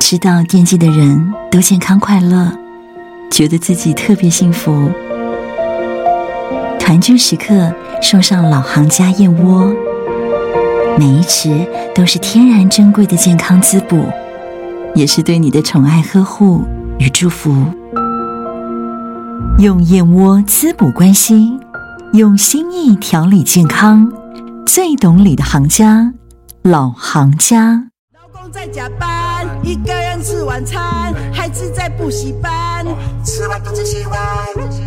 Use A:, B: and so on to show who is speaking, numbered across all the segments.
A: 知道惦记的人都健康快乐，觉得自己特别幸福。团聚时刻送上老行家燕窝，每一匙都是天然珍贵的健康滋补，也是对你的宠爱呵护与祝福。用燕窝滋补关心，用心意调理健康，最懂你的行家，老行家。
B: 老公在加班，一个人吃晚餐，孩子在补习班，吃完肚子洗碗。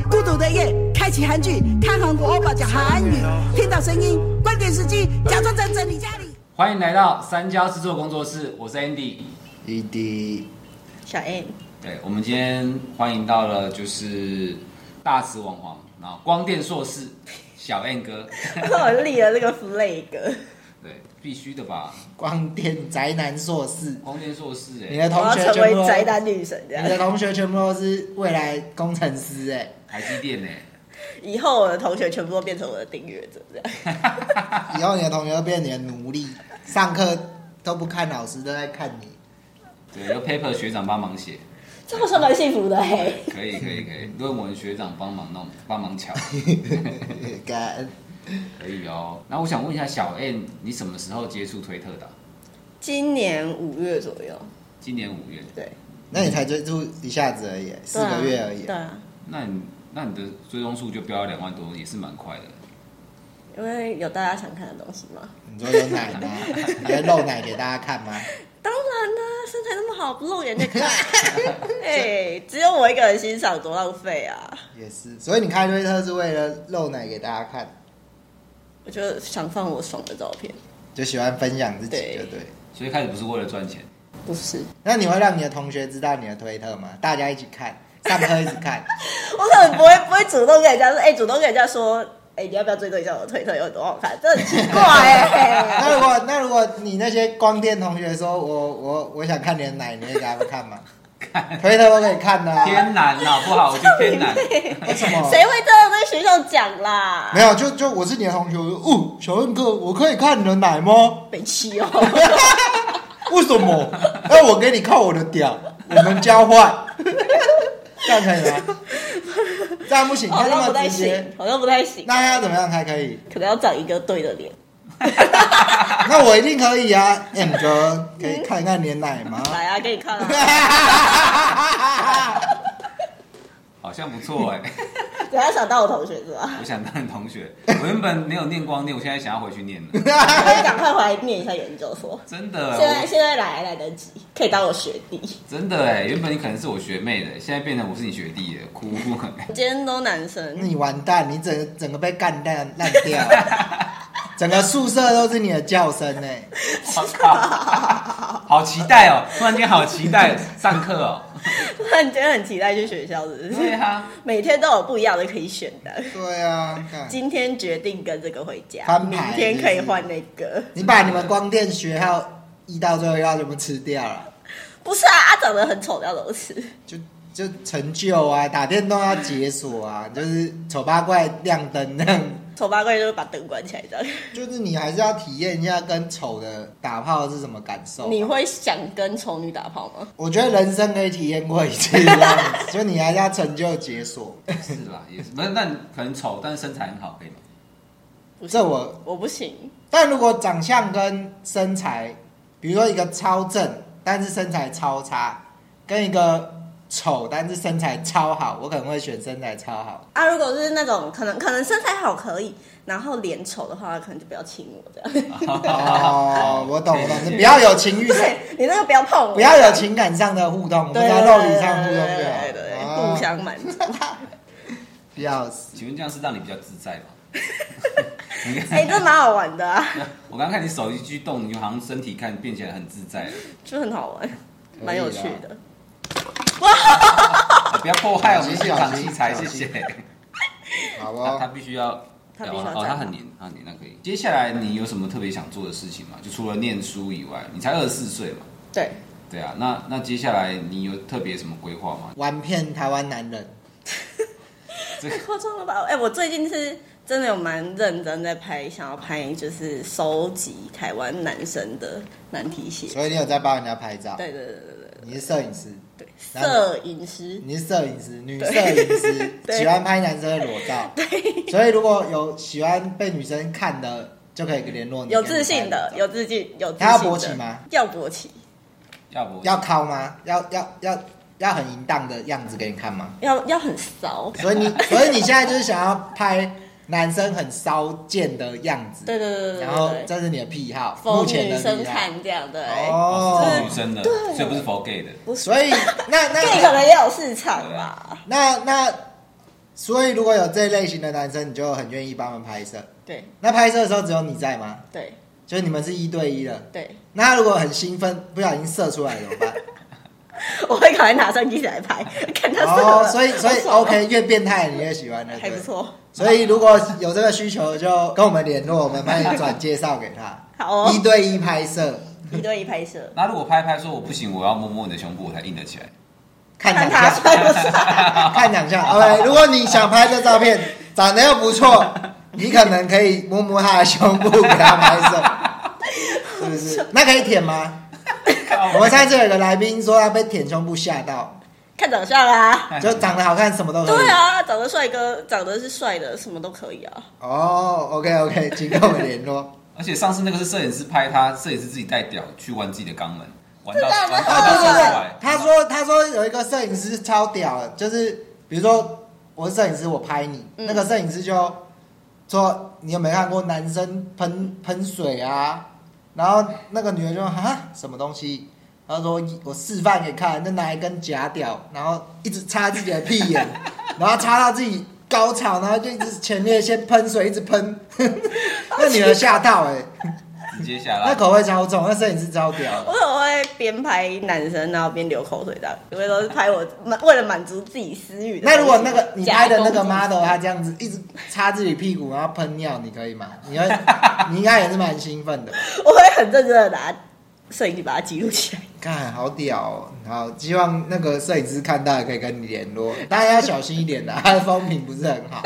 B: 孤独的夜，开启韩剧，看韩国欧巴讲韩语，听到声音，关电视机，假装在整理家里。
C: 欢迎来到三家制作工作室，我是 Andy。
D: ED
E: 小 M，
C: 对，我们今天欢迎到了就是大慈网黄，然后光电硕士小 N 哥，
E: 我立了这个 flag，
C: 对，必须的吧？
D: 光电宅男硕士，
C: 光电硕士、
D: 你
C: 哎，
D: 的
E: 我
D: 同
E: 要
D: 学
E: 成
D: 全部
E: 为宅
D: 都，
E: 男女神这
D: 你的
E: 样。
D: 同学全部都是未来工程师哎、
C: 台积电呢、欸
E: 以后我的同学全部都变成我的订阅者这样。
D: 以后你的同学都变成你的奴隶，上课都不看老师，都在看你。
C: 对，由 Paper 学长帮忙写，
E: 这好像蛮幸福的嘿、
C: 可以可以可以，论文学长帮忙弄，帮忙瞧，
D: 感
C: 可以哦。那我想问一下小 N，你什么时候接触推特的啊、
E: 今年五月左右，
C: 今年五月，
E: 对，
D: 那你才接触一下子而已、四
E: 对啊
D: 个月而已、
E: 对啊，
C: 那你那你的追踪数就飙到两万多，也是蛮快的。
E: 因为有大家想看的东西嘛。
D: 你说有奶吗？你会露奶给大家看 吗？
E: 当然啦、身材那么好，不露眼就看。 哎、只有我一个人欣赏，多浪费啊！
D: 也是，所以你开推特是为了露奶给大家看，
E: 我就想放我爽的照片，
D: 就喜欢分享自己，
E: 对
D: 就对。
C: 所以开始不是为了赚钱，
E: 不是，
D: 那你会让你的同学知道你的推特吗？大家一起看，上课一起看。
E: 我可能不会不会主动跟人家说，哎、主动跟人家说，哎、你要不要追踪一下我的推特有多好看？这很奇怪哎、
D: 那如果那如果你那些光电同学说我我我想看你的奶，你会给他们看吗？推特都可以看的、啊，
C: 天然呐、不好，我就天 然。
D: 为什么？
E: 谁会这样在学校讲啦？
D: 没有，就就我是你的同学，我说哦，小任哥，我可以看你的奶吗？
E: 北七哦，
D: 为什么？那我给你看我的屌，我们交换，这样可以吗？这样不行，
E: 好
D: 他
E: 像不
D: 那
E: 太
D: 么直接
E: 行，，好像不太行，
D: 那要怎么样才可以？
E: 可能要长一个对的脸。
D: 那我一定可以啊，M 哥，可以看一看你的奶吗？
E: 来啊，给你看啊，
C: 好像不错哎、
E: 等下想到我同学是吧？
C: 我想当你同学。我原本没有念光念，我现在想要回去念了，
E: 可以赶快回来念一下研究所。
C: 真的。
E: 现在
C: 我
E: 现在来还来得及，可以当我学弟。
C: 真的哎、原本你可能是我学妹的，现在变成我是你学弟了，哭 哭。
E: 今天都男生，
D: 你完蛋，你整整个被干掉烂掉了，整个宿舍都是你的叫声呢、
C: 我靠，好期待哦！突然间好期待上课哦。
E: 突然间很期待去学校，是不
C: 对
E: 是？
C: 啊，
E: 每天都有不一样的可以选的。
D: 对啊，看
E: 今天决定跟这个回家，
D: 翻
E: 明
D: 牌
E: 天可以换那个。
D: 你把你们光电学号一到最后一号全部吃掉了，
E: 不是啊，他长得很丑，要怎么吃？
D: 就就成就啊，打电动要解锁啊，就是丑八怪亮灯那样，
E: 丑八怪就是把灯关起来 这样。
D: 就是你还是要体验一下跟丑的打炮是什么感受、啊
E: 你会想跟丑女打炮吗？
D: 我觉得人生可以体验过一次这样子，就你还是要成就解锁。
C: 是啦，也是。那那你可能丑，但是身材很好，可以吗？
E: 不行
D: 这我
E: 我不行，
D: 但如果长相跟身材，比如说一个超正，但是身材超差，跟一个丑但是身材超好，我可能会选身材超好。
E: 啊，如果是那种可能可能身材好可以，然后脸丑的话，可能就不要亲我这
D: 啊
E: 样。
D: 哦，我懂我懂，你
C: 对
D: 不要有情欲上，
E: 对你那个不要碰我，
D: 不要有情感上的互动，我们
E: 对
D: 要啊
E: 对
D: 肉
E: 对
D: 体上互动
E: 对对对对
D: 就
E: 对
D: 好。
E: 互相满足。
D: 不要死，
C: 请问这样是让你比较自在吗？
E: 哎，这蛮好玩的啊，
C: 我刚 看你手一去动，你就好像身体看变起来很自在了。
E: 就很好玩，
D: 可以啦
E: 蛮有趣的。
C: 啊不要破坏我们现场
D: 小心
C: 器材，
D: 小
C: 谢
D: 心
C: 谢。
D: 好
C: 他他
D: 哦。
C: 必须要，
E: 他必须要
C: 哦，
E: 站
C: 他很黏，他很黏，那可以。接下来你有什么特别想做的事情吗？就除了念书以外，你才二十四岁嘛，
E: 对，
C: 对啊。那那接下来你有特别什么规划吗？
D: 玩骗台湾男人，
E: 太夸张了吧？哎、我最近是真的有蛮认真在拍，想要拍就是收集台湾男生的难题写。
D: 所以你有在帮人家拍照？
E: 对对对对对对，
D: 你是摄影师，
E: 对，
D: 然后
E: 摄影师，
D: 你是摄影师，女摄影师
E: 对
D: 喜欢拍男生的裸照，所以如果有喜欢被女生看的，就可以联络你。
E: 有自信的
D: 跟，你拍裸照
E: 有自信，有自信
D: 他
E: 的
D: 要勃起吗？
E: 要勃起，
C: 要不
D: 要靠吗？要要要要很淫荡的样子给你看吗？
E: 要要很骚。
D: 所以 你所以你现在就是想要拍男生很骚贱的样子，
E: 对对对对对
D: 然后
E: 对对，
D: 这是你的癖好，目
E: 逢
D: 前
E: 女
D: 的
E: 生
D: 癖好。
E: 看这欸样对。
C: 哦，
D: 哦
C: 是，女生的，所以不是 for gay 的。
D: 所以那那
E: gay 可能也有市场吧，
D: 那那，所以如果有这类型的男生，你就很愿意帮忙拍摄。
E: 对
D: 那拍摄的时候只有你在吗？
E: 对
D: 就是你们是一对一的。
E: 对，
D: 那他如果很兴奋，不小心射出来怎么办？
E: 我会赶快拿相机来拍，看 他射
D: 哦
E: 了，
D: 所以所以
E: 好爽哦
D: OK，越变态你越喜欢的，
E: 还
D: 对
E: 不。错，
D: 所以如果有这个需求，就跟我们联络，我们帮你转介绍给他。
E: 好哦
D: 一对一拍摄，
E: 一对一拍摄，
C: 那如果拍一拍说我不行，我要摸摸你的胸部，我才硬得起来。
D: 看
E: 看
D: 两
E: 他
D: 下，
E: 帅不 帅，
D: 看两下。OK，如果你想拍这照片，长得又不错， 你可能可以摸摸他的胸部给他拍摄， 是不是？那可以舔吗？我们上次有个来宾说他被舔胸部吓到，
E: 看长相啊。
D: 就长得好看什么都可以。
E: 对啊，长得帅哥，长得是帅的，什么都可以啊。
D: 哦、o k OK，请跟我们联络。
C: 而且上次那个是摄影师拍他，摄影师自己带屌去玩自己的肛门，玩到
E: 真的
C: 玩
E: 吗
C: 到
D: 哦，对对
C: 出
D: 对
C: 来，。
D: 他说他说有一个摄影师超屌的，就是比如说我是摄影师，我拍你，
E: 嗯
D: 那个摄影师就说你有没有看过男生喷喷水啊？然后那个女的就啊什么东西？他说我示范给你看，就拿一根假屌，然后一直插自己的屁眼， 然后插到自己高潮，然后就一直前面先喷水，一直喷， 那女的吓到哎、
C: 直接下
D: 那
C: 来。
D: 口味超重，那摄影师超屌的。
E: 我怎么会边拍男生，然后边流口水这样？因为都是拍我满为了满足自己私欲的东西。
D: 那如果那个你拍的那个
E: 假攻击
D: model 他这样子一直擦自己屁股，然后喷尿，你可以吗？你会，你应该也是蛮兴奋的吧。
E: 我会很认真的拿摄影机把它记录起来。
D: 看，好屌、哦！好，希望那个摄影师看到也可以跟你联络，大家要小心一点啦， 他的风评不是很好。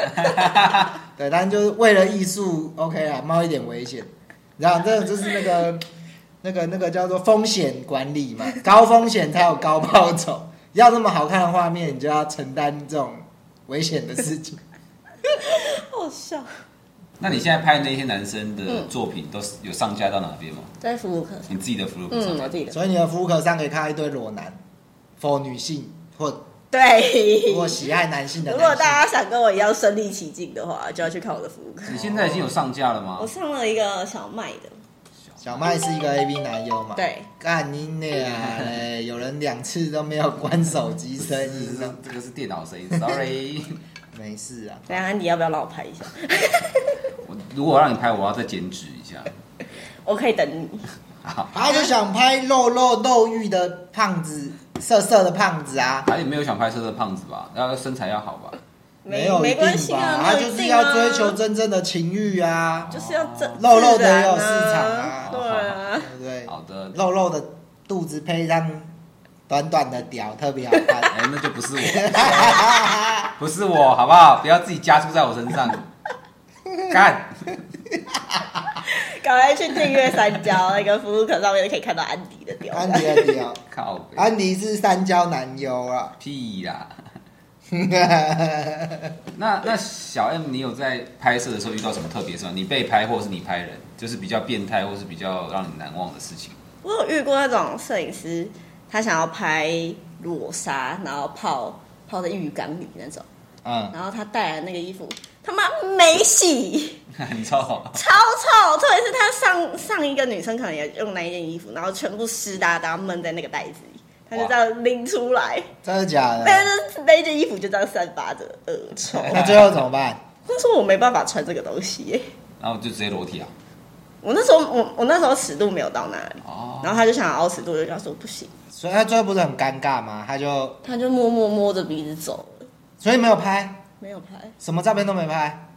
D: 对，但就是为了艺术，OK 啊，冒一点危险。然后这个就是那个那个那个叫做风险管理嘛，高风险才有高报酬。要那么好看的画面，你就要承担这种危险的事 情。
E: 好笑，
C: 那你现在拍的那些男生的作品都是有上架到哪边吗？
E: 在服务课。
C: 你自己的 f l u
E: 嗯，我
C: 上
E: 自己的。
D: 所以你的服务课上可以看到一堆裸男，否女性或
E: 对，
D: 或喜爱男性的
E: 如
D: 男性。
E: 果大家想跟我一样身临其境的话，就要去看我的服务课。
C: 你现在已经有上架了吗
E: 我？上了一个小麦的，
D: 小麦是一个 A B 男优嘛？
E: 对，
D: 干你娘嘞！有人两次都没有关手机声音呢，
C: 这个是电脑声音，sorry。
D: 没事啊。
E: 等一下你要不要让我拍一下？
C: 我如果让你拍，我要再减脂一下。
E: 我可以等你。
D: 他就想拍肉肉肉欲的胖子，色色的胖子啊，
C: 还有没有想拍摄的胖子吧？要身材要好吧？
E: 没
D: 有一
E: 没
D: 定吧
E: 关系啊，
D: 他
E: 没有
D: 就
E: 一
D: 是
E: 定啊
D: 要追求，真正的情欲啊，
E: 就是要真
D: 肉肉的
E: 自然
D: 也有市场啊
E: 对啊，
D: 对不对？
C: 好的，
D: 肉肉的肚子配上短短的屌，特别好看。
C: 哎、那就不是我， 不是我，好不好？不要自己加注在我身上， 干！
E: 赶快去订阅三角那个服务课上面就可以看到安迪的屌。
D: 安迪啊的屌，
C: 靠北，
E: 哎
D: 安迪是三焦男优啊。
C: 屁啦！那那小 M，你有在拍摄的时候遇到什么特别事吗？你被拍，或是你拍人，就是比较变态，或是比较让你难忘的事情？
E: 我有遇过那种摄影师，他想要拍裸沙，然后泡泡在浴缸里那种，
D: 嗯，
E: 然后他带来那个衣服，他妈没洗，
C: 很臭，
E: 超臭，特别是他上上一个女生可能也用那一件衣服，然后全部湿哒哒闷在那个袋子里，他就这样拎出来，
D: 真的假的？
E: 但是哎那一件衣服就这样散发着恶臭。
D: 那最后怎么办？
E: 那时候我没办法穿这个东西耶、
C: 然后就直接裸体啊！
E: 我那时候我我那时候尺度没有到那里，
C: 哦，
E: 然后他就想要凹尺度，我就跟他说不行，
D: 所以他最后不是很尴尬吗？他就
E: 他就默默摸着鼻子走了，
D: 所以没有拍，
E: 没有拍。
D: 什么照片都没拍，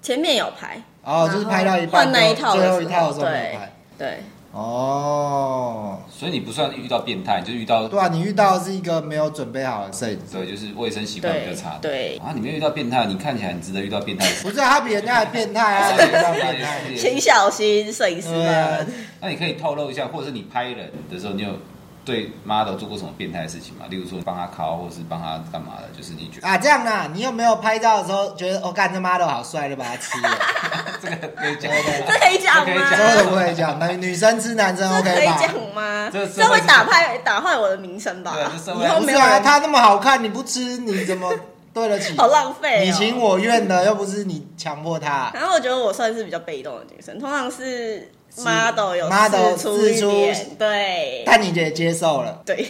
E: 前面有拍，
D: 哦，
E: 然后
D: 就是拍到一半
E: 换那一套的
D: 最
E: 时候
D: 后一套的时候没有
E: 对
D: 拍。
E: 对，
D: 哦，
C: 所以你不算遇到变态，你就遇到
D: 对啊，你遇到的是一个没有准备好的摄影师，
C: 对，就是卫生习惯比较差的。
E: 对对
C: 啊，你没有遇到变态，你看起来很值得遇到变态。
D: 不是啊他比人家还变态啊，他比人家变态。
E: 请小心摄影师
D: 对啊
E: 们。
C: 那你可以透露一下，或者是你拍人的时候，你有对 model 做过什么变态的事情吗？例如说帮他拷，或是帮他干嘛的？就是你觉得
D: 啊，这样啦，你有没有拍照的时候觉得哦，干这 model 好帅，就把它吃了？
C: 这个可以讲
D: 对对
C: 吗，
E: 这可以讲吗
C: 这可以
D: 真
C: 讲
D: 的不会讲，那女生吃男生
E: 这可
D: OK
E: 以
D: 吧？
E: 讲吗？
C: 这
E: 这会打坏打坏我的名声吧？
C: 对这社会
E: 以后
D: 不
E: 没
D: 是
E: 有
D: 啊，
E: 人，
D: 他那么好看，你不吃你怎么对得起？
E: 好 浪费、哦。
D: 你情我愿的，又不是你强迫他。
E: 然后我觉得我算是比较被动的女生，通常是
D: 是
E: model 有
D: model
E: 出一
D: 试出
E: 点，对
D: 但你也接受了
E: 对，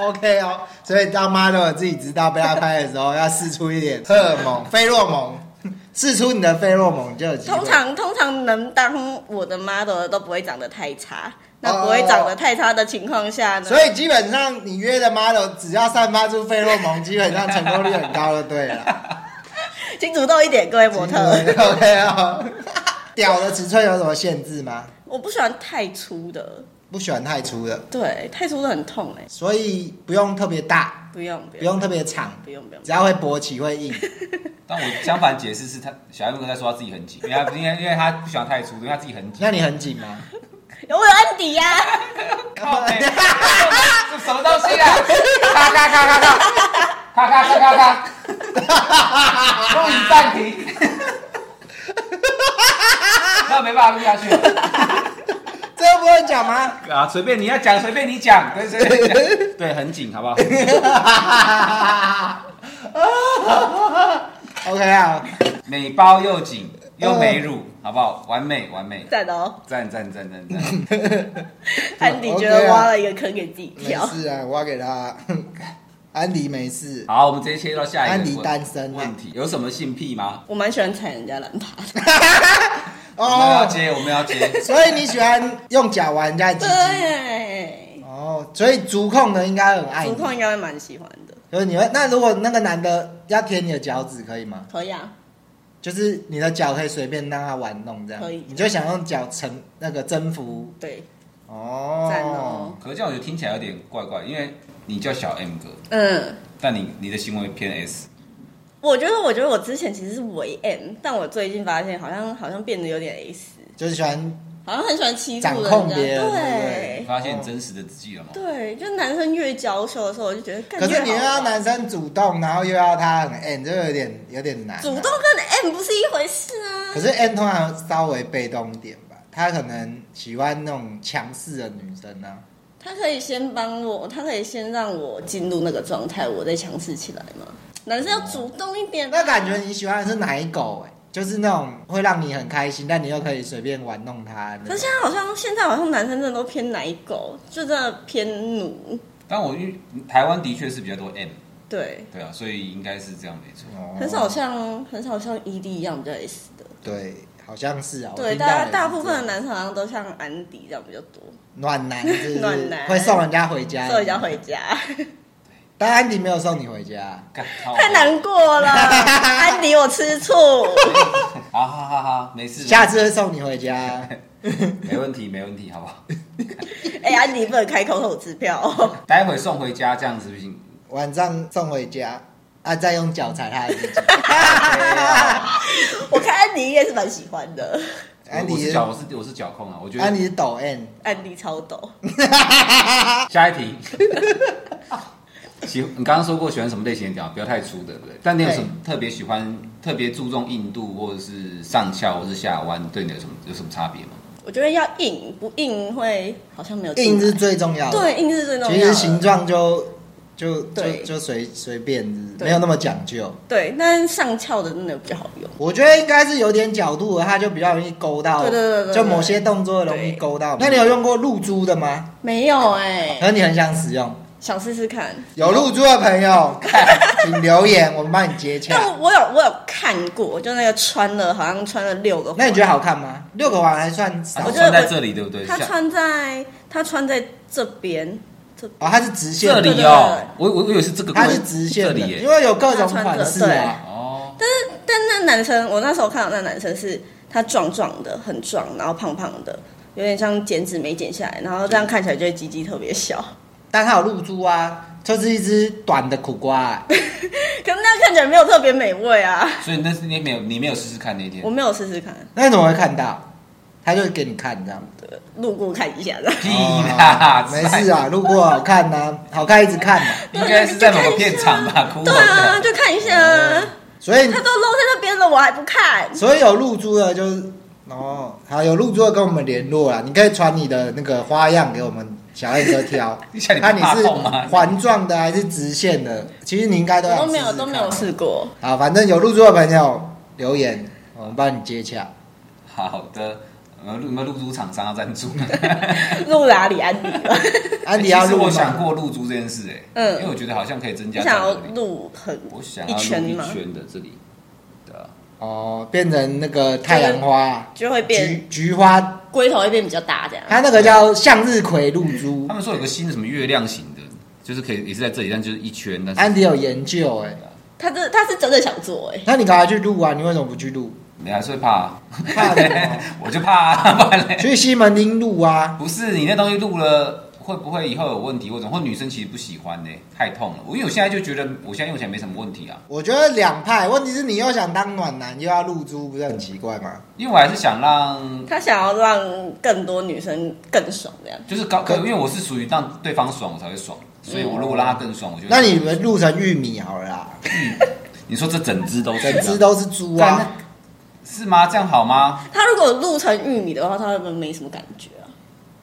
D: ，OK 哦。所以当 model 自己知道被他拍的时候，要试出一点荷尔蒙、 菲洛蒙，试出你的菲洛蒙就有机会。
E: 通常通常能当我的 model 的都不会长得太差。那不会长得太差的情况下呢？
D: 哦所以基本上你约的 model 只要散发出菲洛蒙，基本上成功率很高就对 了。
E: 请主动一点，各位模特。
D: OK 哦。 屌的尺寸有什么限制吗？
E: 我不喜欢太粗的，
D: 不喜欢太粗的，
E: 对，太粗的很痛哎、
D: 所以不用特别大，
E: 不用不
D: 不用
E: 用
D: 特别长，
E: 不用不用
D: 只，要会勃起会硬。
C: 但我相反解释是他小艾哥在说他自己很紧，因为他因为因为他不喜欢太粗，因为他自己很紧。
D: 那你很紧吗？
E: 有啊我有安迪呀、
C: 靠北，这什么东西啊？咔咔咔咔咔，咔咔咔咔咔，录影暂停。那没办法录下去了
D: 这个不会讲吗？
C: 啊！随便你要讲，随便你讲，对，随便你讲，对，很紧，好不好？
D: OK 啊，
C: 美包又紧又美乳，好不好？完美，完美，
E: 赞哦！
C: 赞赞赞赞赞！
E: 安迪觉得挖了一个坑给自己
D: 啊没
E: 跳，
D: 事啊，我给他。 安迪没事，
C: 好，我们直接切到下一个
D: 安迪
C: 问
D: 单身啊
C: 问题，有什么性癖吗？
E: 我蛮喜欢踩人家懒趴 的。
C: 我们要
D: 哦，
C: 接，我们要接。
D: 所以你喜欢用脚玩人家的鸡鸡？
E: 对，
D: 哦，所以足控的应该很爱
E: 主
D: 你。
E: 控应该会蛮喜欢的。
D: 就是你会那如果那个男的要舔你的脚趾可以吗？
E: 可以啊，
D: 就是你的脚可以随便让他玩弄这样，
E: 可以
D: 你就想用脚成那个征服
E: 对，
D: 哦。
E: 赞哦。
C: 可是这样我觉得听起来有点怪怪，因为你叫小 M 哥，
E: 嗯，
C: 但你你的行为偏
E: 哎
C: S，
E: 我觉得，我觉得我之前其实是为 M，但我最近发现好像好像变得有点 S，
D: 就是喜欢
E: 好像很喜欢欺负
D: 掌
E: 人家。
D: 控别人
C: 你
E: 对
C: 发现你真实的自己了吗？
E: 对，就男生越娇羞的时候，我就觉得干
D: 可是你又
E: 越好
D: 要
E: 玩
D: 男生主动，然后又要他很 N，就有点有点难啊、
E: 主动跟 M 不是一回事啊。
D: 可是 N 通常稍微被动一点吧，他可能喜欢那种强势的女生呢、啊。
E: 他可以先帮我，他可以先让我进入那个状态，我再强势起来嘛。男生要主动一点啊，
D: 那感觉你喜欢的是奶狗哎、就是那种会让你很开心，但你又可以随便玩弄他那
E: 可
D: 种
E: 是。现在好像现在好像男生真的都偏奶狗，就真的偏奴。
C: 但我因为台湾的确是比较多 M，
E: 对，
C: 对啊，所以应该是这样没错。
D: 哦
E: 很少像很少像 ED 一样比较 S 的。
D: 对，好像是啊。我
E: 对，
D: 听到
E: 大家
D: 也是
E: 大部分
D: 这
E: 的
D: 样
E: 男生好像都像安迪这样比较多，
D: 暖男是不是
E: 暖男
D: 会送人家回家，
E: 所以要回。家，
D: 但安迪没有送你回家，
C: 干好
E: 太难 过了。安迪，我吃醋。
C: 好好好好，没事，
D: 下次会送你回家。
C: 没问题，没问题，好不好？
E: 哎、安迪不能开口口支票、 哦。
C: 待会送回家，这样子不行。
D: 晚上送回家，啊，再用脚踩他的 鸡鸡。
E: 啊我看安迪应该是蛮喜欢的，
D: 安
C: 我我
D: 迪
C: 是
D: 是
C: 脚，我是我是脚控啊，我觉
D: 安
C: 得。
D: 迪是抖 N，
E: 安迪超抖。
C: 下一题。 喜，你刚刚说过喜欢什么类型的屌，不要太粗的，对不对？但你有什么特别喜欢、特别注重硬度，或者是上翘，或是下弯，对你有什么有什么差别吗？
E: 我觉得要硬，不硬会好像没有
D: 硬
E: 进
D: 是
E: 来
D: 最重要的。，
E: 对硬是最重要
D: 其
E: 的。
D: 实形状就就就
E: 对
D: 就随随便，是不是
E: 对
D: 没有那么讲究。
E: 对，但是上翘的真的比较好用。
D: 我觉得应该是有点角度的，它就比较容易勾到，
E: 对对对对对
D: 就某些动作容易勾到。那你有用过露珠的吗？
E: 没有哎、
D: 可是你很想使用。
E: 想试试看。
D: 有露珠的朋友， 请留言，我们帮你接
E: 但
D: 洽。
E: 我我有我有看过，就那个穿了好像穿了六个。
D: 那你觉得？好看吗？六个环还算少
C: 然
E: 我
C: 后
E: 觉得
C: 穿
E: 我
C: 啊在这里，对不对？
E: 他
C: 像
E: 穿在他穿在这边，这
D: 哦，它是直线
C: 这
D: 的，
E: 对
C: 里
E: 对
C: 哦，我我我以为是这个，
D: 它是直线
C: 这里
D: 的，因
C: 耶。
D: 为有各种款式
E: 它
D: 啊
E: 穿。
C: 哦，
E: 但那男生，我那时候看到那男生是他壮壮的，很壮，然后胖胖的，有点像减脂没减下来，然后这样看起来就会鸡鸡特别小。
D: 但它有露珠啊，就是一只短的苦瓜、啊。
E: 可是那看起来没有特别美味啊。
C: 所以那是你没有，你没有试试看那一天
E: 我。没有试试看，
D: 那你怎么会看到？他就给你看这样。
E: 路过看一下的。
C: 屁啦，
D: 没事，啊，路过好看呐、好看一直看、啊。
C: 应该是在某个片场吧，哭
E: 对啊，就看一下啊。
D: 所以
E: 他都露在那边了，我还不看。
D: 所以有露珠的，就是哦，好有露珠的跟我们联络啦。你可以传你的那个花样给我们小爱哥挑
C: 你想，你
D: 看你是
C: 怕痛吗
D: 环状的还是直线的？其实你应该都
E: 我
D: 要
E: 都没
D: 试
E: 有
D: 试
E: 都没
D: 看
E: 有试过，
D: 好，反正有入住的朋友留言，我们帮你接洽。
C: 好的，呃，有没有露珠厂商要赞助？
E: 路哪里安迪了？
D: 安迪啊要
C: 哎其实
D: 录
C: 我想
D: 吗？
C: 过露珠这件事、哎，
E: 嗯
C: 因为我觉得好像可以增
E: 你
C: 加
E: 想要
C: 战斗力
E: 路很
C: 我想要录
E: 一圈
C: 一
E: 吗？
C: 圈的这里，对啊，
D: 哦，变成那个太阳花、
E: 就会变
D: 菊菊花，
E: 龟头会变比较大这样。
D: 它那个叫向日葵露珠
C: 他。们说有个新的什么月亮型的，就是可以也是在这里，但就是一圈，但
D: 安
C: 是
D: 迪有研究哎、
E: 他这他是真的想做哎、
D: 那你赶快去录啊！你为什么不去录？
C: 你还是会怕、啊，
D: 怕哦什么
C: 我就怕、啊，不然嘞
D: 去西门町录啊！
C: 不是你那东西录了。会不会以后有问题，或者或女生其实不喜欢呢、太痛了。我因为我现在就觉得，我现在用起来没什么问题啊，
D: 我觉得两派，问题是你又想当暖男，又要露珠，不是很奇怪吗？
C: 因为我还是想让，
E: 他想要让更多女生更爽这样。
C: 就是高，
D: 可
C: 因为我是属于让对方爽我才会爽，所以我如果让他更爽，我就会
D: 那你们录成玉米好了啦，
C: 哦你说这整只都是
D: 整只
C: 这样
D: 都是猪啊！
C: 是吗？这样好吗？
E: 他如果录成玉米的话，他会不会没什么感觉啊？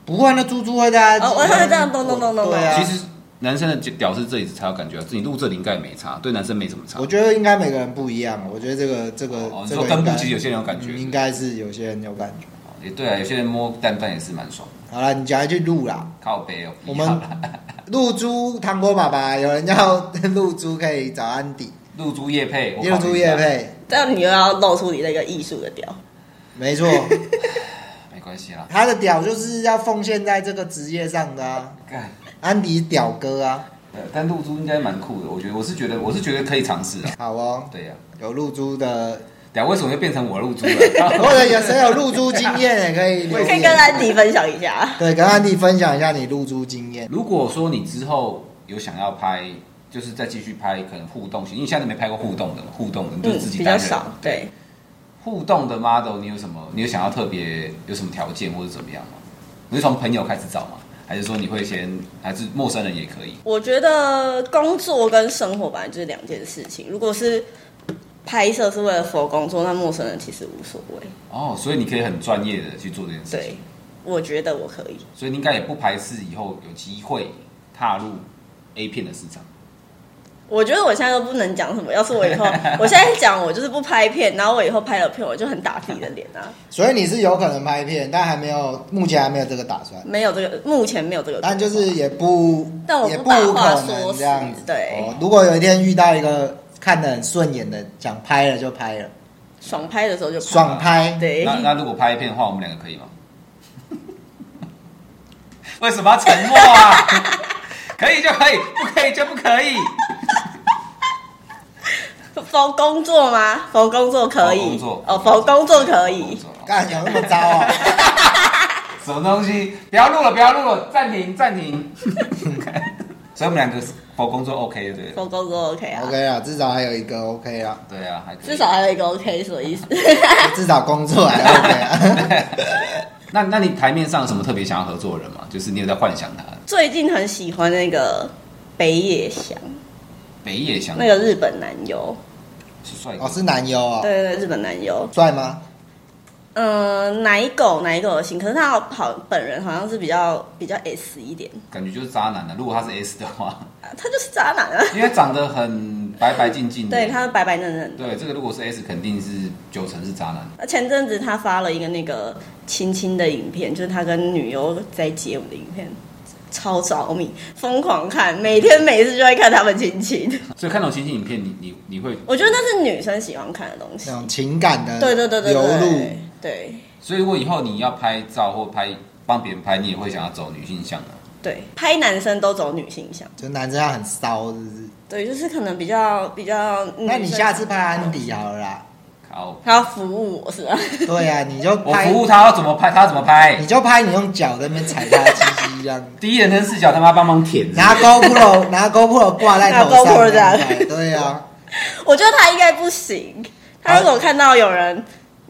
D: 不会，那猪猪会在
E: 哦我会这样咚咚咚咚咚
D: 对啊，
C: 其实男生的屌是这里才有感觉啊，自己录这里应该也没差，对男生没什么差。
D: 我觉得应该每个人不一样，我觉得这个这个、
C: 哦，你
D: 这
C: 说
D: 个
C: 根
D: 应
C: 部
D: 该
C: 其实有些人有感觉，
D: 嗯应该是有些人有感觉。
C: 也对啊，有些人摸蛋蛋也是蛮爽的，
D: 好了，你赶快去录啦。
C: 靠背哦。
D: 我们露珠糖果爸爸，有人要露珠可以找安迪，
C: 露珠叶配，我考虑
D: 露珠叶配，
E: 这样你又要露出你那个艺术的屌。
D: 没错，
C: 一下，没关系啦。
D: 他的屌就是要奉献在这个职业上的啊。
C: 干，
D: 安迪屌哥啊，
C: 呃但露珠应该蛮酷的，我觉得，我是觉得，我是觉得可以尝试啊。
D: 好哦，
C: 对呀、
D: 有露珠的，
C: 等下为什么又变成我露珠了？
D: 或者有谁有露珠经验也可以留
E: 可以
D: 言
E: 跟安迪分享一下。
D: 对，跟安迪分享一下你露珠经验。
C: 如果说你之后有想要拍，就是再继续拍，可能互动型，因为现在没拍过互动的嘛，互动的你就
E: 嗯
C: 是自，己
E: 比较
C: 单人。
E: 少，对。
C: 互动的 model，你有什么？你有想要特别有什么条件或者怎么样吗？你是从朋友开始找吗？还是说你会先，还是陌生人也可以？
E: 我觉得工作跟生活本来就是两件事情。如果是拍摄是为了否工作，那陌生人其实无所谓。
C: 哦，所以你可以很专业的去做这件事
E: 对
C: 情，，
E: 我觉得我可以。
C: 所以你应该也不排斥以后有机会踏入 A 片的市场。
E: 我觉得我现在都不能讲什么。要是我以后， 我现在讲我就是不拍片，然后我以后拍了片，我就很打自己的脸啊。
D: 所以你是有可能拍片，但还没有，目前还没有这个打算。
E: 没有这个，目前没有这个。
D: 但就是也不，
E: 但我不
D: 也不
E: 把
D: 无
E: 话
D: 可
E: 说
D: 能
E: 死
D: 这样子。
E: 对
D: 哦，如果有一天遇到一个看得很顺眼的，想拍了就拍了，
E: 爽拍的时候就拍
D: 爽拍。，
E: 对，
C: 那那如果拍 A 片的话，我们两个可以吗？ 为什么要沉默啊？ 可以就可以，不可以就不可以。
E: 否工作吗？否工作可
C: 否
E: 以
C: 工作
E: 哦，否工作可
C: 工
E: 以。
C: 作哦
D: 干有那么糟啊？
C: 什么东西？不要录了，不要录了，暂停，暂停。 所以我们两个是否工作 OK 的，对不
E: 否工作 OK 啊
D: OK 啊，至少还有一个 OK 啊，
C: 对？对啊，还可以
E: 至少。还有一个 OK 是什么意思？
D: 至少工作还 OK 啊。
C: 那那你台面上有什么特别想要合作的人吗？就是你有在幻想他
E: 最近很喜欢那个北野祥，
C: 嗯北野祥
E: 那个日本男优，
C: 是帅哥
D: 哦，是男优哦，
E: 对对对，日本男优，
D: 帅吗？
E: 嗯，奶狗奶狗的型，可是他好本人好像是比较比较 S 一点，
C: 感觉就是渣男的。啊如果他是 S 的话，
E: 啊他就是渣男啊，
C: 因为长得很白白净净的。
E: 对，他白白嫩嫩的。
C: 对这个如果是 S，肯定是九成是渣男。
E: 那前阵子他发了一个那个亲亲的影片，就是他跟女优在接吻的影片，超着迷，疯狂看，每天每次就会看他们亲亲。
C: 所以看到情景影片，你你你会，
E: 我觉得那是女生喜欢看的东西
D: 那，种情感的
E: 对对对
D: 嗯
E: 对
D: 流露，
E: 对对。
C: 所以如果以后你要拍照或拍帮别人拍，你也会想要走女性向的。
E: 对，拍男生都走女性向，
D: 就男生要很骚，是不是？
E: 对，就是可能比较比较女生。
D: 那你下次拍安迪好了啦。
C: 好，
E: 他要服务我是吧？
D: 对啊，你就
C: 我
D: 拍
C: 服，务他要怎么拍，他要怎么拍。
D: 你就拍，你用脚在那边踩他鸡鸡这 样。
C: 第一人称视角，他妈帮忙舔，
D: 拿 GoPro 拿 GoPro 挂在头上，
E: 拿 GoPro 这样
D: 对对啊，
E: 我觉得他应该不行。他如果看到有人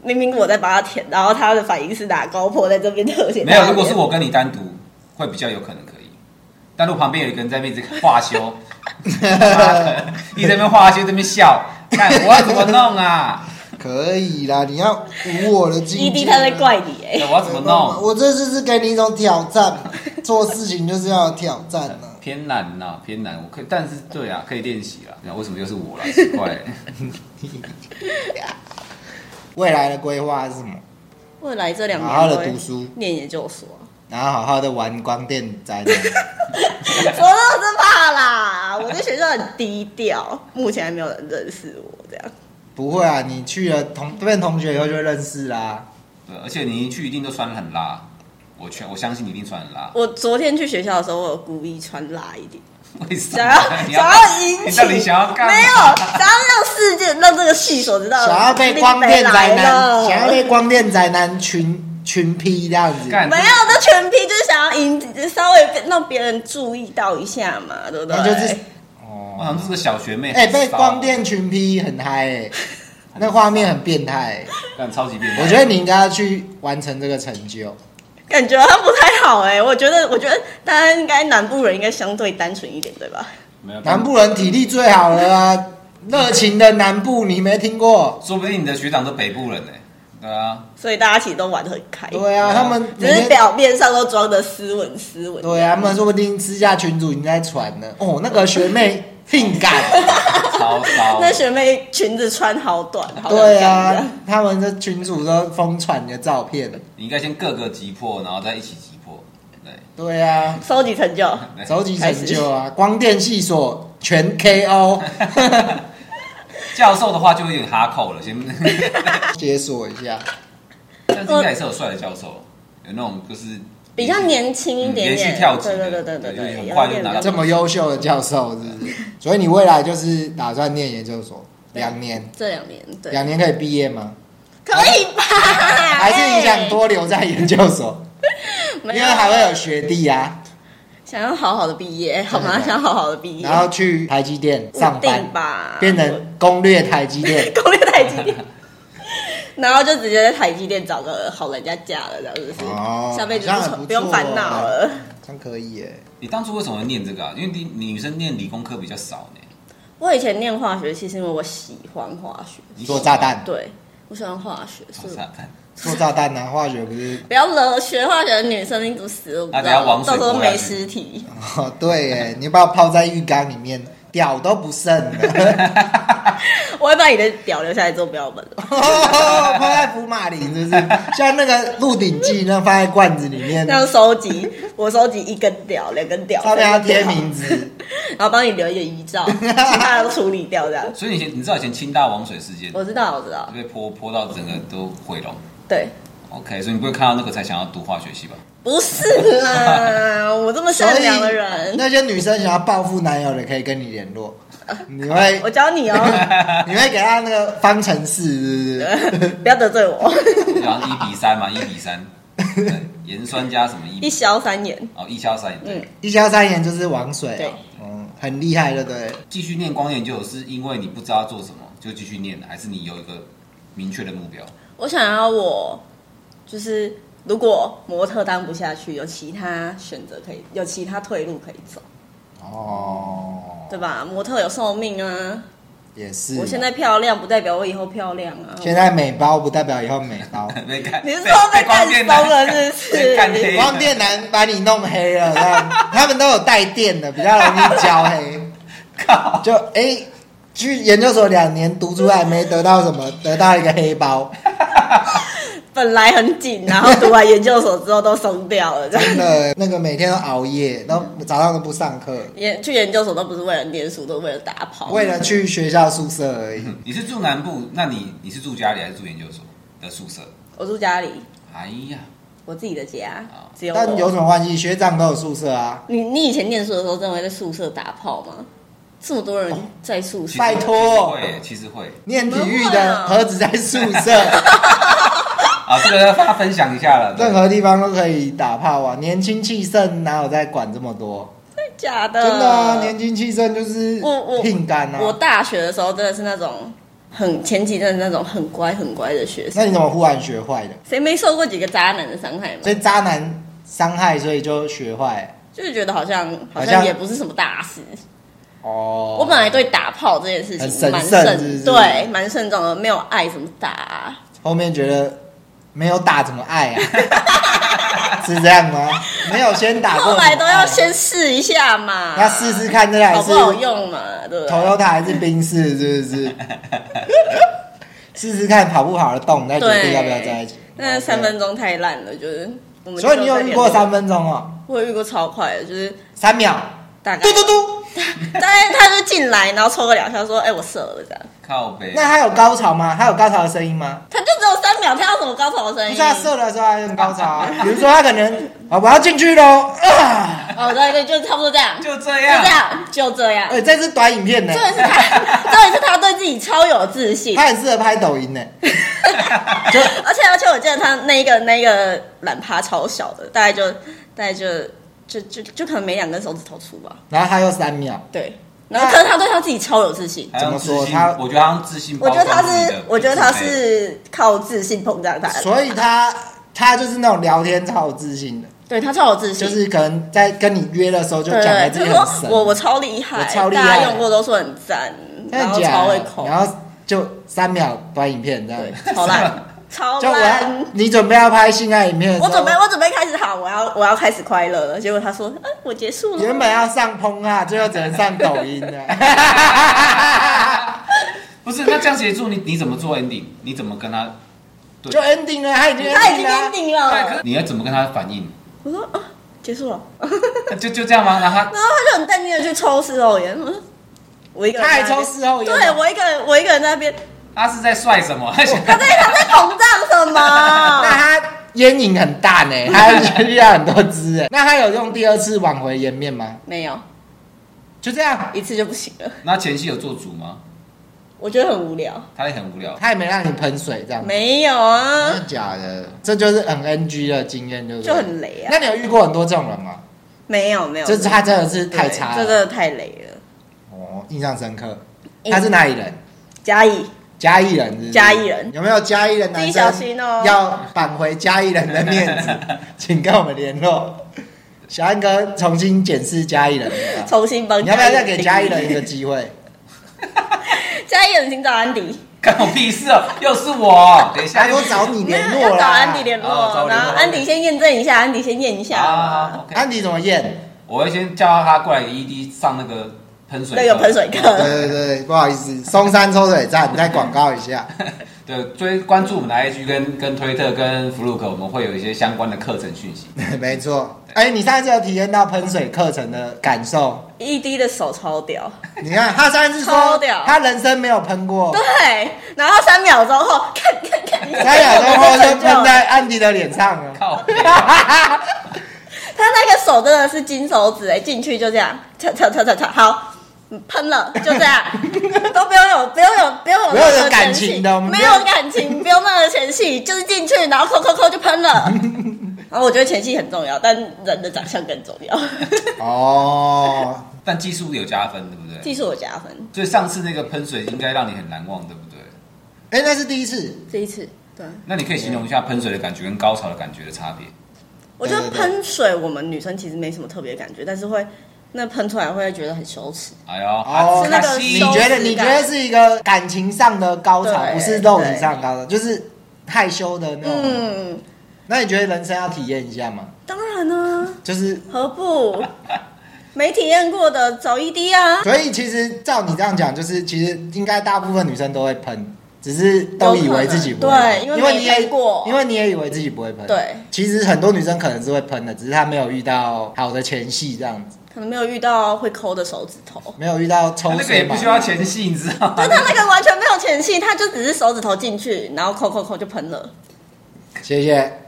E: 明明我在帮他舔，然后他的反应是拿高坡在这边特写。
C: 没有，如果是我跟你单独，会比较有可能可以。但如果旁边有一个人在那边一直画 修，妈的
D: 啊
C: 一直在那边画修，在那边笑，看我要怎么弄啊？
D: 可以啦，你要无我的境界。
E: 异地他在怪你哎、
C: 对我要怎么弄？
D: 我这次是给你一种挑战，做事情就是要有挑战啊呢、
C: 偏难呐、偏难。我可以，但是对啊，可以练习啦。那为什么又是我啦？奇怪、
D: 未来的规划是什么？
E: 未来这两年
D: 好好地
E: 我会
D: 读书
E: 念研究所，
D: 然后好好的玩光电啊宅男。
E: 我都是怕啦。 我在学校很低调，目前还没有人认识我这样。
D: 不会啊，你去了同变同学以后就会认识啦。
C: 对，而且你一去一定都穿得很拉，我全我相信你一定穿得很拉。
E: 我昨天去学校的时候，我有故意穿辣 一点，
C: 为什
E: 想
C: 么
E: 要？
C: 你
E: 想要引
C: 你
E: 起，
C: 到底想要干嘛
E: 没有，想要让世界让这个系所知道，
D: 想要被光电宅
E: 林北来
D: 男，
E: 了
D: 想要被光电宅男群群批这样子，
C: 干
E: 没有，这全批就是想要引，稍微让别人注意到一下嘛，对不
D: 那
E: 对？
D: 就是哦
C: 我想这是个小学妹，
D: 哎、被
C: 很骚
D: 光电群批很嗨、欸，那画面很变态、
C: 干超级变态。
D: 我觉得你应该要去完成这个成就。
E: 感觉他不太好哎、我觉得，我觉得大家应该南部人应该相对单纯一点，对吧？
C: 没有
D: 南部人体力最好了啊，热情的南部你没听过？
C: 说不定你的学长都北部人呢、对啊，
E: 所以大家其实都玩得很开，
D: 对啊，他们
E: 嗯只
D: 每
E: 是
D: 天
E: 表面上都装的斯文斯文。
D: 对啊，他们说不定私下群主已经在传了。哦，那个学妹 性感。
C: 超骚。
E: 那学妹裙子穿好短，好
D: 对
E: 难看
D: 啊
E: 的，，
D: 他们这群主都疯传你的照片。
C: 你应该先各个击破，然后再一起击破。对，
D: 对啊，
E: 收集成就。
C: 对
D: 收集成就啊，光电系所全 KO
C: 教授的话就有点哈扣 了，先，
D: 解锁一下。
C: 但是应该也是有帅的教授，有那种就是
E: 比较年轻一
C: 嗯
E: 点
C: 连
E: 点，
C: 续跳级
E: 对
C: 的
E: 对对对对
C: 对
E: 对，
C: 很快就拿到
D: 这么优秀的教授是不是？所以你未来就是打算念研究所两年，
E: 这两年对，
D: 两年可以毕业吗？
E: 可以吧？
D: 还
E: 还
D: 是你想多留在研究所？因
E: 哎没
D: 为
E: 有啊
D: 还会有学弟啊，
E: 想要好好的毕业，好吗？
D: 对
E: 想好好的毕业，
D: 然后去台积电上
E: 稳定
D: 班，
E: 吧，
D: 变成攻略台积电。
E: 攻略台积电，然后就直接在台积电找个好人家嫁了，这样子是
D: 哦
E: 下辈子
D: 好像
E: 就
D: 很不
E: 不用
D: 错
E: 烦恼了。
D: 这样可以耶，
C: 你当初为什么会念这个啊？因为你女生念理工科比较少呢。
E: 我以前念化学系是因为我喜欢化学，
C: 你
D: 做炸弹，
E: 对我喜欢化学，
C: 做
E: 是
C: 炸弹，
D: 做炸弹啊，化学不是
E: 不要惹学化学的女生，你怎么死都不
C: 大
E: 知
C: 家
E: 道，
C: 往水
E: 到时候
C: 泼下
E: 没
C: 去
E: 尸体。
D: 哦，对耶，你把我泡在浴缸里面，屌都不剩了，
E: 我会把你的屌留下来做标本了，
D: 哦泡在福马林是不是？像那个《鹿鼎记》那放在罐子里面
E: 这，样收集，我收集一根屌、两根屌，
D: 上面要
E: 三根
D: 贴
E: 屌，
D: 名字。
E: 然后帮你留一个遗照，其他都处理掉这样。
C: 所以你以前你知道以前清大王水事件
E: 我知道，我知道，
C: 被泼泼到整个都毁容。
E: 对，
C: OK，所以你不会看到那个才想要读化学系吧？
E: 不是啦，我这么
D: 所
E: 善
D: 以
E: 良的人，
D: 那些女生想要报复男友的，可以跟你联 络，你会
E: 我教你哦，
D: 你会给他那个方程式，是不是？
E: 不要得罪我。
C: 然后一比三嘛，一比三，对盐酸加什么一
E: 一
C: 比
E: 消三言，
C: 哦一消三，对
E: 嗯，
D: 一消三言就是王水、
E: 对
D: 嗯，很厉害，对不对？
C: 继续念光研究是因为你不知道做什么就继续念，还是你有一个明确的目标？
E: 我想要我就是，如果模特当不下去，有其他选择可以，有其他退路可以走，
D: 哦，
E: 对吧？模特有寿命啊，
D: 也是。
E: 我现在漂亮不代表我以后漂亮啊。
D: 现在美包不代表以后美包。
C: 被干，
E: 你是说被干
C: 电
E: 疯了是不 是
C: 被干黑
D: 光
C: 了，
D: 电男把你弄黑了，这样他们都有带电的，比较容易焦 黑。
C: 靠！
D: 就哎、去研究所两年读出来没得到什么，得到一个黑包，
E: 本来很紧，然后读完研究所之后都松掉了，这样。
D: 真的那个每天都熬夜，都早上都不上课，
E: 研去研究所都不是为了念书，都是为了打炮。
D: 为了去学校宿舍而
E: 嗯
D: 已。
C: 你是住南部，那你你是住家里还是住研究所的宿舍？
E: 我住家里，
C: 哎呀，
E: 我自己的家
C: 哦，
E: 只有
D: 但有
E: 我。
D: 什么关系？学长都有宿舍啊，
E: 你你以前念书的时候，真的会在宿舍打炮吗？这么多人在宿
C: 其
E: 舍
C: 实，
D: 哦拜托
C: 其实会，其实会
D: 念体育
E: 怎么会
D: 的
E: 啊
D: 何止在宿舍，
C: 啊，这个要大家分享一下了。对
D: 任何地方都可以打炮啊！年轻气盛哪有在管这么多？啊
E: 假的？
D: 真的啊，年轻气盛就是
E: 呃我我
D: 性感啊！
E: 我大学的时候真的是那种很前几阵那种很乖很乖的学
D: 那你
E: 生，
D: 怎么忽然学坏的？
E: 谁没受过几个渣男的伤害嘛
D: 所？以渣男伤害，所以就学坏。
E: 就是觉得好像好
D: 好
E: 像
D: 像
E: 也不是什么大事。
D: 哦，
E: 我本来对打炮这件事
D: 很
E: 情
D: 神
E: 蛮
D: 圣是不是
E: 对，蛮慎重的，没有爱怎么打啊、
D: 后面觉得没有打怎么爱啊？ 是这样吗？没有先打过，
E: 后来
D: 怎
E: 都
D: 么爱
E: 要先试一下嘛，
D: 要试试看这台
E: 好
D: 是
E: 不好用啊嘛，对不对？
D: Toyota 还是宾士，是不是？ 试试看跑不跑得动，再决定
E: 对，
D: 要不要在一起。
E: 那三分钟太烂了，就是我们。
D: 所以你有遇过三？分钟哦，
E: 我有遇过超快的，就是
D: 三秒，
E: 大概
D: 嘟嘟嘟。
E: 但是他就进来，然后抽个两下，说：“哎、我射了。”这样，
C: 靠北
D: 那。他有高潮吗？他有高潮的声音吗？
E: 他就只有三秒，他要什么高潮的声
D: 不
E: 音？
D: 是他射的时候还很高潮 啊，比如说他可能啊我要进去喽，啊，
E: 哦，对对，就差不多这样，就
C: 就这
E: 这
C: 样，
E: 样，就这样。
D: 哎，这是短影片呢
E: 重，点是 他，重点是他对自己超有自信，
D: 他很适合拍抖音呢。
E: 而且而且我记得他那一个那一个懒趴超小的，大概就大概就就就就可能没两根手指头粗吧。
D: 然后他又三秒，
E: 对，然后可是他对他自己超有自信。
C: 还要自信
D: 怎么说他
C: 我觉得他用自信包
E: 我觉
C: 装
E: 得
C: 自己
E: 他
C: 的，
E: 是，我觉得他是靠自信膨胀他的，
D: 所以他他就是那种聊天超有自信的，
E: 对他超有自信，
D: 就是可能在跟你约的时候就
E: 对
D: 讲
E: 对
D: 的自
E: 对，
D: 己
E: 就
D: 很
E: 说
D: 神，
E: 我我超厉害，
D: 我超厉
E: 大
D: 害
E: 家用过都说很赞，
D: 真
E: 然
D: 的
E: 后
D: 假
E: 超会
D: 的？
E: 口，
D: 然后就三秒短影片这样。
E: 对，超烂， 超
D: 就我要
E: 烂。
D: 你准备要拍性爱影片的时
E: 我
D: 候，
E: 准备，我准备开始好，我要我要开始快乐了。结果他说，嗯、我结束了。
D: 原本要上烹啊，最后只能上抖音啊了。
C: 不是？那这样协助你你怎么做 ending？你怎么跟他？对
D: 就 ending 了，他已经 ending 了啊
E: 他已经 ending
C: 对，可
E: 了
C: 是。你要怎么跟他反应？
E: 我说啊，结束了。
C: 就就这样吗？然后他
E: 然后他就很淡定的去抽事后烟，我说我一个人
D: 他还
E: 在那边
D: 抽事后啊烟
E: 对我一个人，我一个人在那边，
C: 他是在帅什么？
E: 他在他在膨胀
D: 那
E: 什 么？
D: 他烟瘾很大呢，他遇到很多只哎。那他有用第二次挽回颜面吗？
E: 没有
D: 就这样，
E: 一次就不行了，
C: 那前戏有做主吗？
E: 我觉得很无聊。
C: 他也很无聊。
D: 他也没让你喷水这样。
E: 没有
D: 真的
E: 啊，
D: 假的？这就是很 NG 的经验，就是
E: 就很雷啊
D: 那。你有遇过很多这种人吗？
E: 没有没有，
D: 就是他真的是
E: 对
D: 太差
E: 这真
D: 了，
E: 的太雷了。
D: 哦，印象深刻。
E: 印
D: 他是哪里人？
E: 嘉义
D: 嘉义人是不是
E: 嘉义人
D: 有没有嘉义人
E: 自己
D: 男
E: 小
D: 生
E: 心哦
D: 要返回嘉义人的面 子，请跟我们联络。小安哥重新检视嘉义人，
E: 重新帮
D: 你要不要再给嘉义
E: 定
D: 人一
E: 义
D: 个机 会？
E: 嘉义人请找安迪，
C: 干我屁事哦！又是我，等一下
D: 他
C: 又
D: 说
C: 是
D: 找你
E: 没有
D: 联
E: 要
D: 络
E: 找
D: 啦。
E: 安迪联
C: 哦找
E: 络，
C: 我联络
E: 然后安迪先验证一下，安迪先验一下
C: 啊
E: 嘛。
C: ，OK。
D: 安迪怎么验？
C: 我会先叫他过来给 ED 上那个喷水
E: 那个喷水
D: 对
E: 课，
D: 对对，不好意思，松山抽水站，你再广告一下。
C: 对，追关注我们的 IG 跟跟推特跟 Fluke，我们会有一些相关的课程讯息。
D: 没错，哎，你上次有体验到喷水课程的感 受？
E: E D 的手超屌，
D: 你看他上次
E: 超
D: 说
E: 屌
D: 他人生没有喷 过，
E: 对，然后三秒钟后，看看看，
D: 他两周后就喷
E: 他
D: 在安迪的脸上 了。
C: 靠，啊
E: 他那个手真的是金手指哎、进去就这样，擦擦擦擦擦，好。嗯喷了就这样，都不用有不用有不用有
D: 不用有
E: 任何
D: 感
E: 前
D: 情
E: 戏
D: 的我们
E: 没
D: 不用
E: 有感情，不用任何前戏，就是进去然后扣扣扣就喷了。然后我觉得前戏很重要，但人的长相更重要，
D: 哦，
C: 但技术有加分，对不对？
E: 技术有加分。
C: 所以上次那个喷水应该让你很难忘，对不对？
D: 哎，那是第一次，
E: 这一次，对，
C: 那你可以形容一下喷水的感觉跟高潮的感觉的差别。
E: 我觉得
D: 对对对
E: 喷水我们女生其实没什么特别感觉，但是会那喷出来会觉得很羞耻。
C: 哎呦，
D: 哦
E: 是那个
C: 阿西
D: 你
E: 手
D: 觉得你觉得是一个感情上的高潮，
E: 对
D: 不是肉体上的高潮，就是害羞的
C: 哦
D: 那种。
E: 嗯，
D: 那你觉得人生要体验一下吗？
E: 当然啦、
D: 就是，
E: 何不？没体验过的找 ED 啊，
D: 所以其实照你这样讲，就是其实应该大部分女生都会喷，只是都以为自己不会喷，
E: 有可能对因为
D: 因为你
E: 没
D: 也
E: 喷过
D: 因为你也以为自己不会喷。
E: 对，
D: 其实很多女生可能是会喷的，只是她没有遇到好的前戏，这样子
E: 可能没有遇到会抠的手指头。
D: 没有遇到抽
C: 那个
D: 水
C: 也
D: 嘛
C: 不。需要前戏，你知道吗
E: 但？他那个完全没有前戏，他就只是手指头进去，然后抠抠抠就喷了。
D: 谢谢。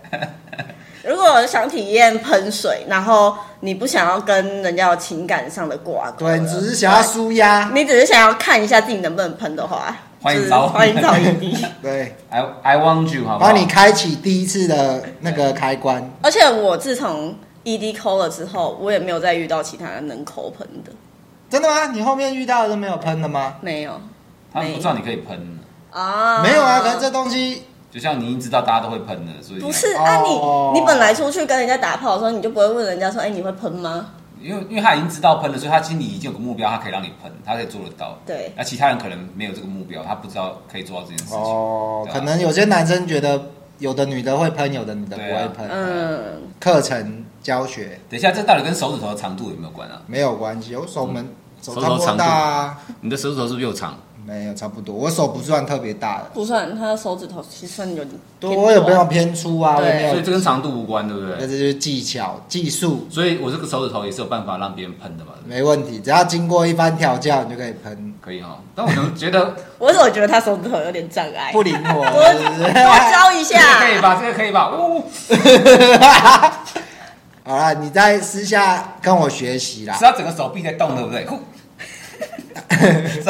E: 如果想体验喷水，然后你不想要跟人家有情感上的挂钩的，
D: 对，你只是想要舒压。
E: 你只是想要看一下自己能不能喷的话，
C: 欢迎
E: 就是
C: 找我
E: 欢迎找 ED。
D: 对，
C: I I want you，好不好？
D: 帮你开启第一次的那个开关。
E: 而且我自从 ED 抠了之后，我也没有再遇到其他人能抠喷的，
D: 真的吗？你后面遇到的都没有喷的吗？
E: 没有。
C: 他们不知道你可以喷，
E: 啊，
D: 没有啊，可是这东西
C: 就像你已经知道大家都会喷了，所以
E: 不是
D: 哦
E: 啊你，你本来出去跟人家打炮的时候，你就不会问人家说，哎、你会喷吗？
C: 因为因为他已经知道喷了，所以他心里已经有个目标，他可以让你喷，他可以做得到。
E: 对
C: 那其他人可能没有这个目标，他不知道可以做到这件事情。
D: 哦，
C: 对啊
D: 可能有些男生觉得有的女的会喷，有的女的不会
C: 对
D: 喷，
E: 嗯，
D: 课程教学
C: 等一下，这到底跟手指头的长度有没有关啊？
D: 没有关系，我手门手
C: 手
D: 差不
C: 手
D: 多
C: 长
D: 大啊，
C: 你的手指头是不是又长？
D: 没有差不多，我手不算特别大的，
E: 不算，他的手指头其实算有点
D: 对
E: 偏
D: 我也没有
E: 短
D: 偏粗啊，我
E: 对
D: 也没
C: 所以
D: 有，
C: 这跟长度无关，对不
D: 那
C: 对？
D: 这就是技巧技术。
C: 所以我这个手指头也是有办法让别人喷的嘛，
D: 没问题，只要经过一番调教，你就可以喷，
C: 可以哈。但我怎么觉 得
E: 我总觉得他手指头有点障碍，
D: 不灵 活，
E: 多
D: 是不是？
E: 多教一
C: 这个 可以
E: 下。
C: 吧？这个可以吧？呜，
D: 好啦，你在私下跟我学习啦
C: 是。要整个手臂在动，对不对？呼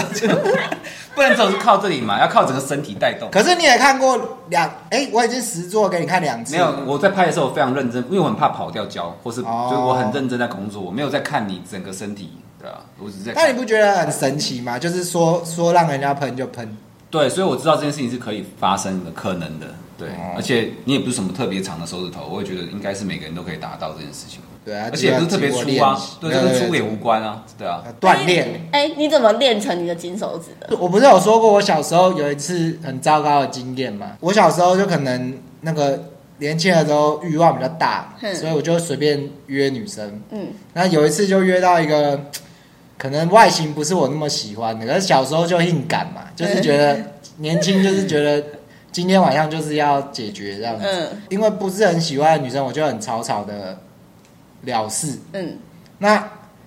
C: 不能总是靠这里嘛，要靠整个身体带动。
D: 可是你也看过两，哎、我已经实做给你看两次，
C: 没有，我在拍的时候我非常认真，因为我很怕跑掉焦，或是
D: 哦
C: 就是我很认真在工作，我没有在看你整个身体，对啊，我只是在看。
D: 但你不觉得很神奇吗？就是说说让人家喷就喷，
C: 对，所以我知道这件事情是可以发生的，可能的，对。
D: 哦
C: 而且你也不是什么特别长的手指头，我也觉得应该是每个人都可以达到这件事情，
D: 对啊，
C: 而且也不是特别
D: 经
C: 粗
D: 过
C: 啊
D: 练习，
C: 对，这跟粗
D: 对
C: 也无关啊，对啊。
D: 要锻炼。
E: 哎、你怎么练成你的金手指的？
D: 我不是有说过我小时候有一次很糟糕的经验吗？我小时候就可能那个年轻的时候欲望比较大，
E: 嗯
D: 所以我就随便约女生。
E: 嗯，
D: 那有一次就约到一个，可能外形不是我那么喜欢的，可是小时候就硬感嘛，就是觉得
E: 嗯
D: 年轻，就是觉得今天晚上就是要解决这样子。
E: 嗯
D: 因为不是很喜欢的女生，我就很草草的了事。
E: 嗯
D: 那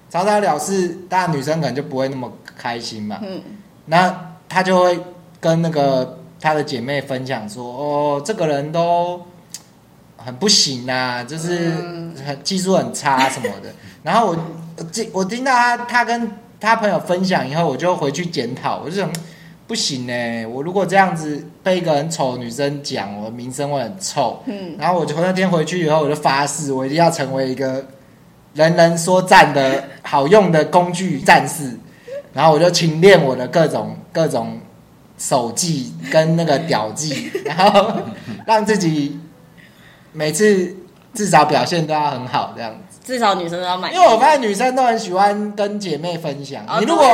D: 草草了事，当然女生可能就不会那么开心嘛。
E: 嗯，
D: 那她就会跟那个她的姐妹分享说：“哦，这个人都很不行啊，就是很技术很差什么的。”
E: 嗯
D: 然后我我记我听到她她跟她朋友分享以后，我就回去检讨，我就想。不行呢、欸我如果这样子被一个很丑的女生讲，我的名声会很臭。
E: 嗯，
D: 然后我就那天回去以后，我就发誓，我一定要成为一个人人说战的好用的工具战士。然后我就勤练我的各种各种手技跟那个屌技， 然后让自己每次至少表现都要很好这样子。
E: 至少女生都要买。
D: 因为我发现女生都很喜欢跟姐妹分享
E: 哎哦，
D: 你如果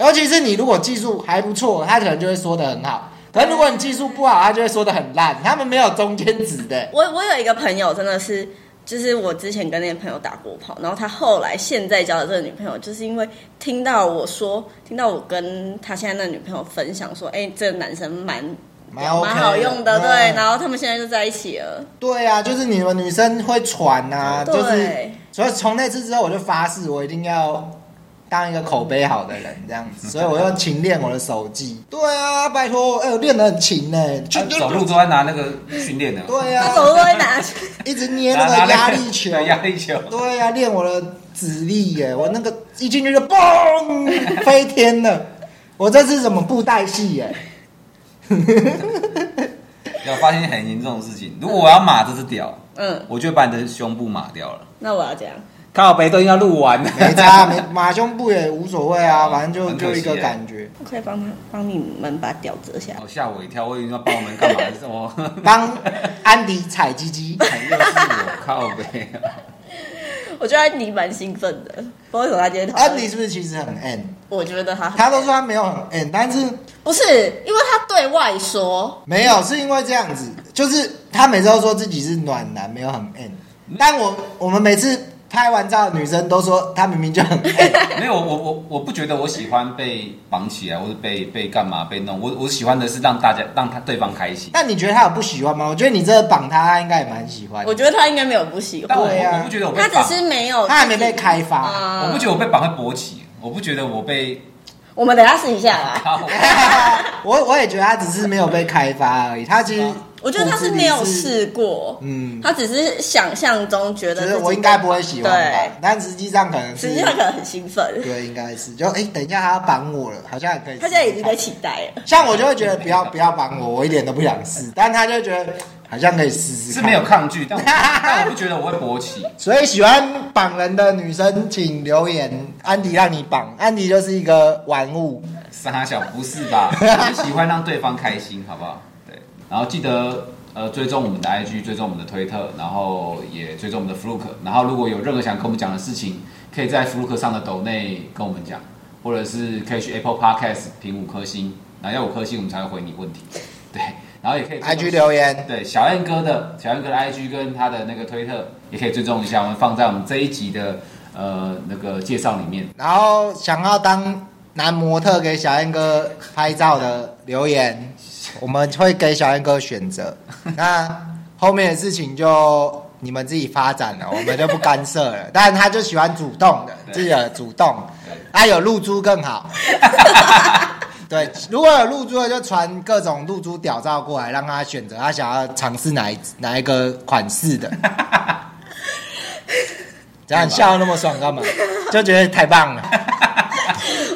D: 尤其是你如果技术还不错，她可能就会说的很好。可是如果你技术不好，她就会说的很烂。她们没有中间值的。
E: 我我有一个朋友，真的是，就是我之前跟那个朋友打过炮，然后他后来现在交的这个女朋友，就是因为听到我说，听到我跟他现在那女朋友分享说，哎、这个男生蛮
D: 蛮 OK 的
E: 蛮好用的，
D: 嗯
E: 对，然后他们现在就在一起了，
D: 对啊，就是你们女生会传啊，
E: 对
D: 就是所以从那次之后，我就发誓我一定要当一个口碑好的人，这样子，所以我要勤练我的手技。对啊，拜托，哎、我练得很勤呢、就
C: 他啊走路都在拿那个训练的，
D: 对
E: 他
D: 啊，
E: 手都会拿去，
D: 一直捏
C: 拿
D: 那
C: 拿
D: 个压
C: 那个
D: 力球，
C: 对 压力球。
D: 对啊，练我的指力耶、我那个一进去就嘣 飞天了。我这是什么布袋戏耶、
C: 有发现很严重的事情，如果我要码这只屌，
E: 嗯，
C: 我就把你的胸部码掉了。
E: 那我要这样，
C: 靠北都已经要录完了，
D: 没 差，没马胸部也无所谓啊，反正就
C: 很可
D: 就
C: 惜
D: 一个
C: 耶
D: 感觉。
E: 我可以帮他帮你们把屌折下来，
C: 我吓我一跳，我以为你要帮我们 干嘛？是我
D: 帮安迪踩鸡鸡。
C: 又是我靠北，
D: 啊
E: 我觉得安迪蛮兴奋的，不知道为什么他今天讨论
D: 安迪，是不是其实很 N？
E: 我觉得啊他很
D: 他都说他没有很 N，但是
E: 不是，因为他对外说，
D: 没有是因为这样子，就是他每次都说自己是暖男，没有很 N。但我我们每次拍完照，女生都说她明明就很 N，
C: 没有我我我不觉得我喜欢被绑起来，或者被被干嘛被弄，我我喜欢的是让大家让他对方开心。
D: 那你觉得她有不喜欢吗？我觉得你这绑她，她应该也蛮喜欢的。
E: 我觉得他应该没有不喜
C: 但
E: 欢，
C: 我
D: 对啊
C: 我我不觉得我被
E: 他
C: 绑
E: 只，是没有，
D: 她还没被开发。
E: 啊
C: 我不觉得我被绑会勃起，我不觉得我被
E: 我们等一下试一下吧。
C: 靠。
D: 我我也觉得她只是没有被开发而已，她其实
E: 我觉得他是没有试过，
D: 嗯，
E: 他只是想象中觉得
D: 觉
E: 自己
D: 得我应该不会喜欢
E: 对
D: 吧，，但实际上可能是
E: 实际上可能很兴奋，
D: 对，应该是就哎、等一下他要绑我了，好像也可以。
E: 他现在已经在期待了。
D: 像我就会觉得不要不要绑我，我一点都不想试，但他就觉得好像可以试试。
C: 是没有，抗拒，但我但我不觉得我会勃起。
D: 所以喜欢绑人的女生请留言，安迪让你绑，安迪就是一个玩物，
C: 傻小不是吧？我喜欢让对方开心，好不好？对，然后记得呃追踪我们的 IG，追踪我们的推特，然后也追踪我们的 Fluke。然后如果有任何想跟我们讲的事情，可以在 Fluke 上的抖内跟我们讲，或者是可以去 Apple Podcast 评五颗星，然后要五颗星我们才会回你问题。对，然后也可以追踪
D: IG 留言，
C: 对小燕哥的小燕哥的 IG 跟他的那个推特也可以追踪一下，我们放在我们这一集的呃那个介绍里面。
D: 然后想要当男模特给小燕哥拍照的留言，我们会给小燕哥选 择。那后面的事情就你们自己发展了，我们就不干涉 了。但他就喜欢主动的，
C: 对
D: 自己的主动
C: 对。
D: 啊，有露珠 更好。对，如果有露珠的，就传各种露珠屌照过来，让他选择他想要尝试哪一哪一个款 式的。这样笑那么爽 干嘛？就觉得太棒了。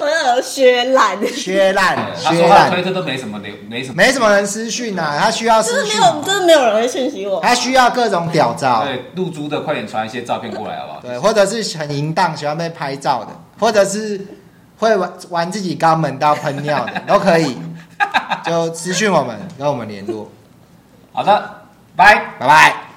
E: 我有血懒，
D: 削烂，
C: 他
D: 削
C: 说他的推
D: 烂，
C: 特都没什么流，没什么，
D: 没什么人私讯啊，他需要
E: 就是
D: 私
E: 没
D: 讯，
E: 有，真的没有人会讯息我。
D: 他需要各种屌照，
C: 对，露珠的快点传一些照片过来好不好？
D: 对，或者是很淫荡，喜欢被拍照的，或者是会玩玩自己肛门到喷尿的，都可以，就私讯我们，跟我们联络，
C: 好的，拜。
D: 拜拜。